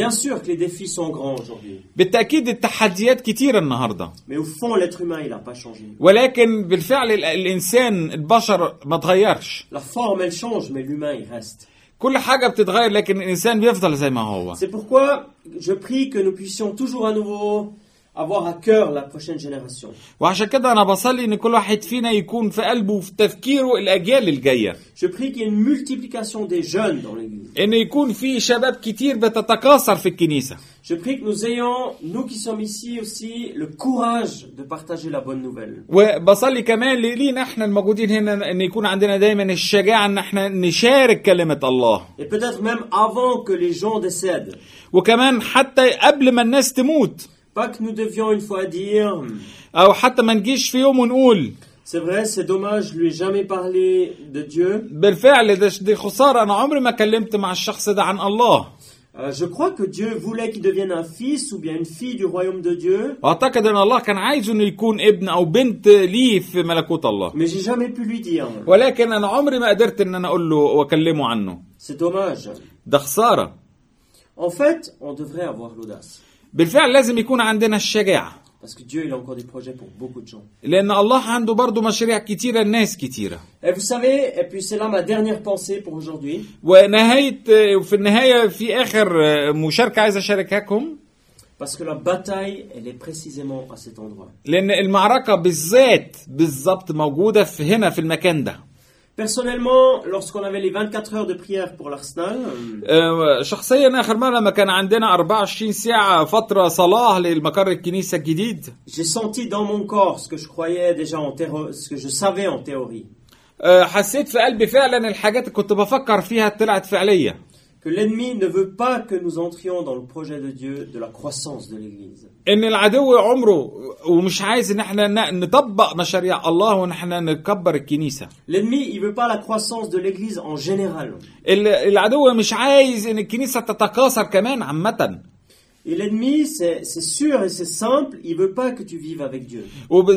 Bien sûr que les défis sont grands aujourd'hui,
بالتأكيد التحديات كتيرة النهاردة
mais au fond, l'être humain, il n'a pas changé.
ولكن بالفعل ال- الإنسان البشر ما تغيرش
La forme, elle change, mais l'humain, il reste.
كل حاجة بتتغير لكن الإنسان بيفضل زي ما هو
C'est pourquoi je prie que nous puissions toujours à nouveau avoir à cœur la prochaine génération.
وعشان كده أنا بصلي إن كل واحد فينا يكون في قلبه وفي تفكيره الأجيال الجاية
Je prie qu'il y ait une multiplication des jeunes dans l'Église.
إن يكون في شباب كتير بتتكاثر في الكنيسة
Je prie que nous ayons, nous qui sommes ici aussi, le courage de partager la bonne nouvelle.
وبصلي كمان ل- لينا احنا الموجودين هنا ان يكون عندنا دايما الشجاعه ان احنا نشارك كلمه الله
Et peut-être même avant que les gens décèdent.
وكمان حتى قبل ما الناس تموت
Pas que nous devions une fois dire
او حتى ما نجيش في يوم ونقول
C'est vrai, c'est dommage, je lui ai jamais parlé de Dieu.
بالفعل ده ش- دي خساره انا عمري ما كلمت مع الشخص ده عن الله
Euh, je crois que Dieu voulait qu'il devienne un fils ou bien une fille du royaume de Dieu,
واعتقد ان الله كان عايزه انه يكون ابن او بنت ليه في ملكوت الله
mais j'ai jamais pu lui dire.
ولكن انا عمري ما قدرت ان انا اقول له واكلمه عنه
C'est dommage.
ده خساره
En fait, on devrait avoir l'audace.
بالفعل لازم يكون عندنا الشجاعه
Parce que Dieu, il a encore des projets pour beaucoup de gens.
لأن الله عنده برضه مشاريع كتيرة لناس كتيرة
Et vous savez, et puis c'est là ma dernière pensée pour aujourd'hui.
ونهاية في النهاية في آخر مشاركة عايز أشاركها لكم
Parce que la bataille, elle est précisément à cet endroit.
لأن المعركة بالذات بالظبط موجودة في هنا في المكان ده
Personnellement, lorsqu'on avait les 24 heures de prière pour l'Arsenal, euh,
آه، شخصيا آخر مرة لما كان عندنا 24 ساعة فترة صلاة للمقر الكنيسة الجديد
j'ai senti dans mon corps ce que je croyais déjà en théorie, ce que je savais en théorie.
آه، حسيت في قلبي فعلا الحاجات اللي كنت بفكر فيها طلعت فعلية
Que l'ennemi ne veut pas que nous entrions dans le projet de Dieu de la croissance de l'Église.
ان العدو عمره ومش عايز ان احنا ن- نطبق مشاريع الله وان احنا نكبر الكنيسه
L'ennemi, il veut pas la croissance de l'Église en général.
ال- العدو مش عايز ان الكنيسه تتكاثر كمان عامه
Et l'ennemi, c'est c'est sûr et c'est simple, il veut pas que tu vives avec Dieu.
وب...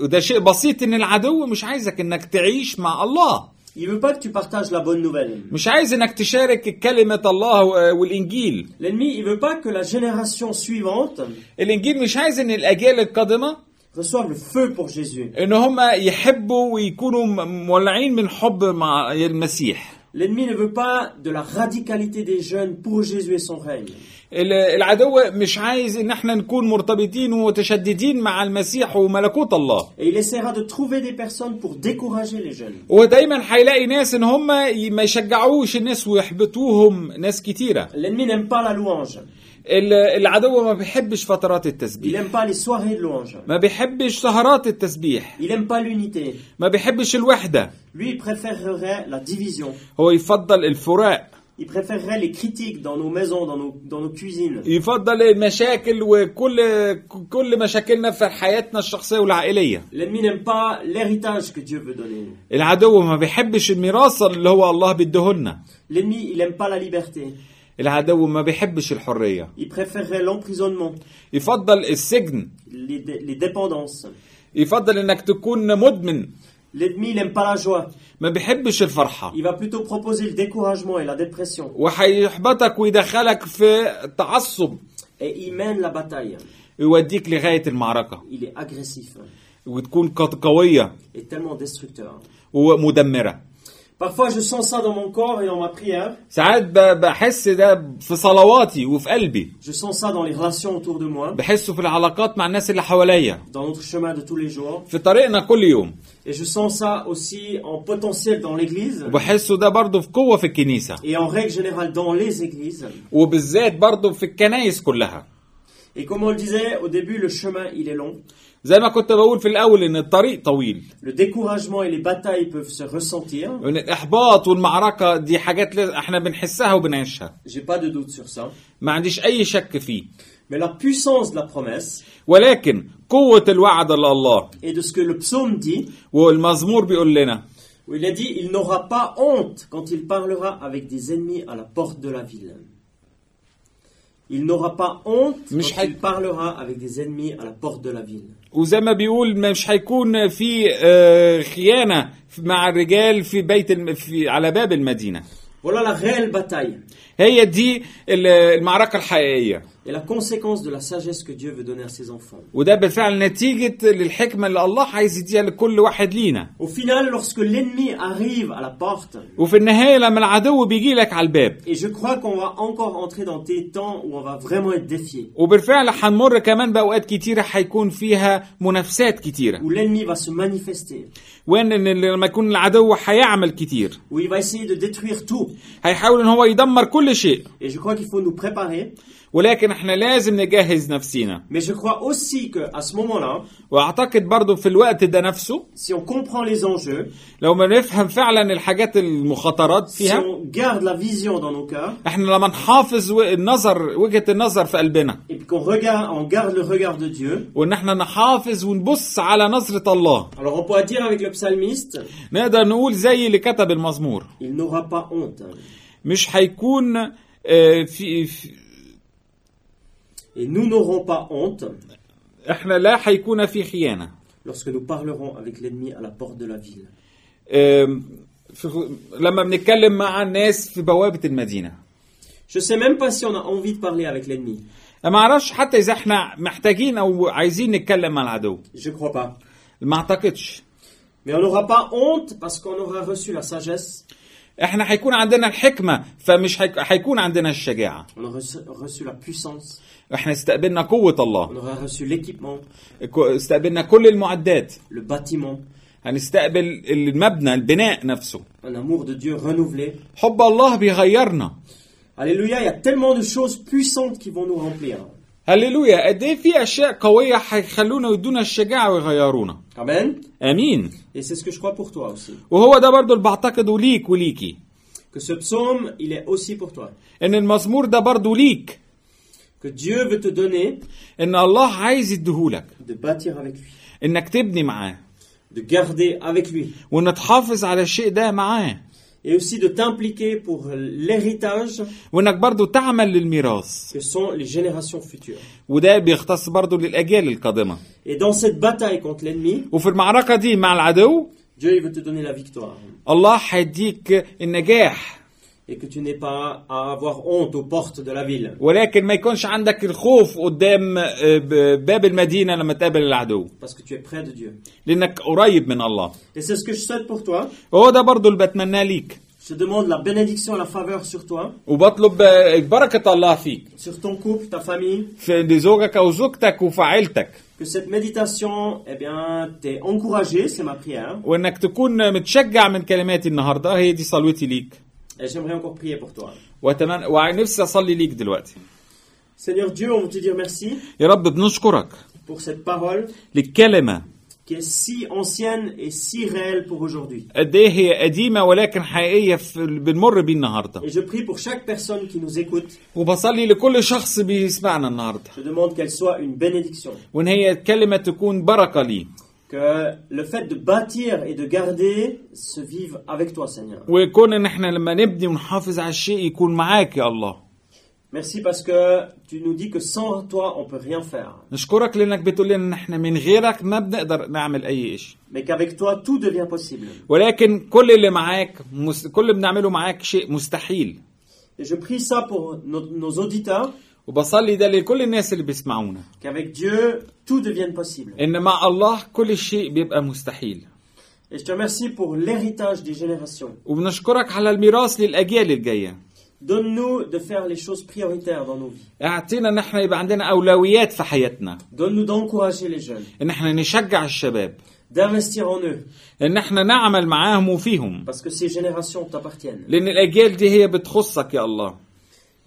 وده شيء بسيط ان العدو مش عايزك انك تعيش مع الله
Il veut pas que tu partages la bonne nouvelle.
مش عايز انك تشارك كلمه الله و- والانجيل
L'ennemi, il veut pas que la génération suivante
الانجيل مش عايز ان الاجيال القادمه
reçoive le feu pour Jésus.
ان هم يحبوا ويكونوا م- مولعين من حب مع المسيح
L'ennemi ne veut pas de la radicalité des jeunes pour Jésus et son règne.
ال- العدو مش عايز ان احنا نكون مرتبطين ومتشددين مع المسيح وملكوت الله
Et il essaiera de trouver des personnes pour décourager les jeunes.
ودايما هيلاقي ناس ان هم ي- ما يشجعوش الناس ويحبطوهم ناس كتيره
L'ennemi n'aime pas la louange.
ال- العدو ما بيحبش فترات
Il
التسبيح
n'aime pas les soirées de louange.
ما بيحبش سهرات التسبيح
Il n'aime pas l'unité.
ما بيحبش الوحده
Lui, il préférerait la division.
هو يفضل الفراق
Il préférerait les critiques dans nos maisons, dans nos, dans nos cuisines.
يفضل المشاكل وكل كل مشاكلنا في حياتنا الشخصيه والعائليه
L'ennemi n'aime pas l'héritage que Dieu veut donner.
العدو ما بيحبش الميراث اللي هو الله بيديهولنا
L'ennemi, il n'aime pas la liberté.
العدو ما بيحبش الحريه
Il préférerait l'emprisonnement,
يفضل السجن
les, dé- les dépendances.
يفضل انك تكون مدمن
L'ennemi, il n'aime pas la joie.
ما بيحبش الفرحه
Il va plutôt proposer le découragement et la dépression.
وهيحبطك ويدخلك في التعصب
Et il mène la bataille.
يوديك لغايه المعركه
Il est agressif
وتكون قد قويه
et tellement destructeur.
ومدمره
Parfois, je sens ça dans mon corps et dans ma prière.
ساعات ب- بحس ده في صلواتي وفي قلبي
Je sens ça dans les relations autour de moi,
بحسه في العلاقات مع الناس اللي حواليا
dans notre chemin de tous les jours.
في طريقنا كل يوم
Et je sens ça aussi en potentiel dans l'église
وبحسه ده برضه في قوه في الكنيسه
et en règle générale dans les églises.
وبالذات برضه في الكنايس كلها
Et comme on le disait au début, le chemin, il est long.
زي ما كنت بقول في الاول ان الطريق طويل
Le découragement et les batailles peuvent se ressentir.
ان الاحباط والمعركه يعني دي حاجات لاز- احنا بنحسها وبنعيشها
J'ai pas de doute sur ça.
ما عنديش اي شك فيه
Mais la puissance de la promesse
ولكن قوه الوعد اللي الله
et de ce que le psaume dit,
والمزمور بيقول لنا
où il a dit Il n'aura pas honte quand il parlera avec des ennemis à la porte de la ville. Il n'aura pas honte
Mich
quand
halt-
il parlera avec des ennemis à la porte de la ville.
وزي ما بيقول مش هيكون في آه، خيانه مع الرجال في بيت الم... في على باب المدينه
Voilà la réelle bataille
هي دي ال- المعركه الحقيقيه
et la conséquence de la sagesse que Dieu veut donner à ses enfants.
وده بالفعل نتيجه للحكمه اللي الله عايز يديها لكل واحد لينا
Au final, lorsque l'ennemi arrive à la porte,
وفي النهايه لما العدو بيجي لك على الباب
et je crois qu'on va encore entrer dans des temps où on va vraiment être défié,
وبالفعل هنمر كمان باوقات كتيره هيكون فيها منافسات كتيره
où l'ennemi va se manifester,
وان إن لما يكون العدو هيعمل كتير
où il va essayer de détruire tout.
هيحاول ان هو يدمر كل شيء
Et je crois qu'il faut nous préparer,
ولكن احنا لازم نجهز نفسينا
mais je crois aussi que à ce moment-là,
واعتقد برضو في الوقت ده نفسه
si on comprend les enjeux,
لو ما نفهم فعلا الحاجات المخاطرات
si
فيها
on garde la vision dans nos cœurs,
احنا لما نحافظ و- النظر وجهة النظر في قلبنا
et puis qu'on regarde, on garde le regard de Dieu,
وان احنا نحافظ ونبص على نظرة الله
alors on pourra dire avec le psalmiste,
نقدر نقول زي اللي كتب المزمور
il n'aura pas honte,
مش هيكون آه، في في-
et nous n'aurons pas honte
احنا لا هيكون في خيانة
lorsque nous parlerons avec l'ennemi à la porte de la ville.
آم، في- لما بنتكلم مع الناس في بوابة المدينة
Je sais même pas si on a envie de parler avec l'ennemi.
ما اعرفش حتى اذا احنا محتاجين او عايزين نتكلم مع العدو
Je crois pas.
ما اعتقدش
Mais on n'aura pas honte parce qu'on aura reçu la sagesse,
احنا هيكون عندنا الحكمه فمش هيك- هيكون عندنا الشجاعه
on aura reçu- reçu la puissance,
احنا استقبلنا قوه
on
الله
aura reçu l'équipement,
كو- استقبلنا كل المعدات
le bâtiment,
هنستقبل المبنى البناء نفسه
un amour de Dieu renouvelé.
حب الله بيغيرنا
Alléluia, il y a tellement de choses puissantes qui vont nous remplir.
هللويا قد ايه في اشياء قويه هيخلونا ويدونا الشجاعه ويغيرونا
Amen.
امين
Et c'est ce que je crois pour toi aussi.
وهو ده برضو اللي بعتقده ليك وليكي
Que ce psaume, il est aussi pour toi.
ان المزمور ده برضو ليك
Que Dieu veut te donner
ان الله عايز يديهولك
de bâtir avec lui,
انك تبني معاه
de garder avec lui,
وان تحافظ على الشيء ده معاه
et aussi de t'impliquer pour l'héritage
وانك برضو تعمل للميراث
que sont les générations futures.
وده بيختص برضو للاجيال القادمه
Et dans cette bataille contre l'ennemi,
وفي المعركه دي مع العدو
Dieu il veut te donner la victoire.
الله هيديك النجاح
Et que tu n'aies pas à avoir honte aux portes de la ville.
ولكن ما يكونش عندك الخوف قدام آه، ب- باب المدينه لما تقابل العدو
Parce que tu es près de Dieu.
لانك قريب من الله
Et c'est ce que je souhaite pour toi.
وهو ده برضو اللي بتمناه ليك
Je te demande la bénédiction, la faveur sur toi,
وبطلب آه، بركه الله فيك
sur ton couple, ta famille.
في لزوجك او زوجتك وفي عيلتك
Que cette méditation, eh bien, t'es encouragé, c'est ma prière.
وانك تكون متشجع من كلماتي النهارده هي دي صلوتي ليك
Et j'aimerais encore prier pour toi.
واتمنى ونفسي اصلي ليك دلوقتي
Seigneur Dieu, on veut te dire merci
يا رب بنشكرك
pour cette parole
للكلمه
qui est si ancienne et si réelle pour aujourd'hui.
قد ايه هي قديمه ولكن حقيقيه في بنمر بيه النهارده
Et je prie pour chaque personne qui nous écoute.
وبصلي لكل شخص بيسمعنا النهارده
Je demande qu'elle soit une bénédiction.
وان هي الكلمه تكون بركه ليه
Que le fait de bâtir et de garder se vive avec toi, Seigneur.
ويكون ان احنا لما نبني ونحافظ على الشيء يكون معاك يا الله
Merci parce que tu nous dis que sans toi, on peut rien faire.
نشكرك لانك بتقول لنا ان احنا من غيرك ما بنقدر نعمل اي شيء
Mais qu'avec toi, tout devient possible.
ولكن كل اللي معاك مس... كل اللي بنعمله معاك شيء مستحيل
Et je prie ça pour nos, nos auditeurs,
وبصلي ده لكل الناس اللي بيسمعونا
qu'avec Dieu, tout devienne possible.
ان مع الله كل شيء بيبقى مستحيل
Et je te remercie pour l'héritage des générations.
وبنشكرك على الميراث للاجيال الجايه
Donne-nous de faire les choses prioritaires dans nos vies.
اعطينا ان احنا يبقى عندنا اولويات في حياتنا
Donne-nous d'encourager les jeunes,
ان احنا نشجع الشباب
d'investir en eux,
ان احنا نعمل معاهم وفيهم
parce que ces générations t'appartiennent.
لان الاجيال دي هي بتخصك يا الله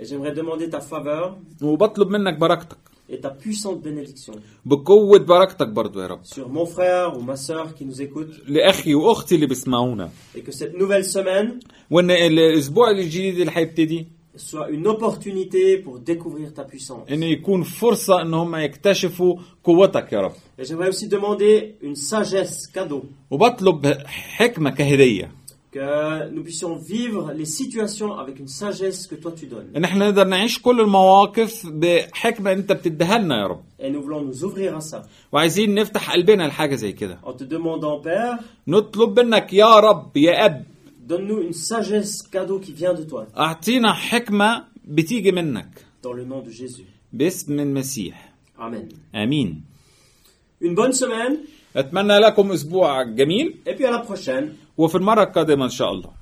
Et j'aimerais demander ta faveur
وبطلب منك بركتك
et ta puissante bénédiction
بقوة بركتك برضو يا رب
sur mon frère ou ma sœur qui nous écoute,
لأخي وأختي اللي بيسمعونا
et que cette nouvelle semaine
وإن الأسبوع الجديد اللي هيبتدي
soit une opportunité pour découvrir ta puissance.
إنه يكون فرصة إن هم يكتشفوا قوتك يا رب
Et j'aimerais aussi demander une sagesse cadeau,
وبطلب حكمة كهدية
que nous puissions vivre les situations avec une sagesse que toi tu donnes.
إن إحنا نقدر نعيش كل المواقف بحكمة أنت بتديها لنا يا رب
Et nous voulons nous ouvrir à ça
وعايزين نفتح قلبنا لحاجة زي كده
en te demandant, Père,
نطلب منك يا رب يا أب
donne-nous une sagesse cadeau qui vient de toi,
أعطينا حكمة بتيجي منك
dans le nom de Jésus.
باسم المسيح
Amen.
آمين
Une bonne semaine
أتمنى لكم أسبوع جميل
et puis à la prochaine.
وفي المرة القادمة إن شاء الله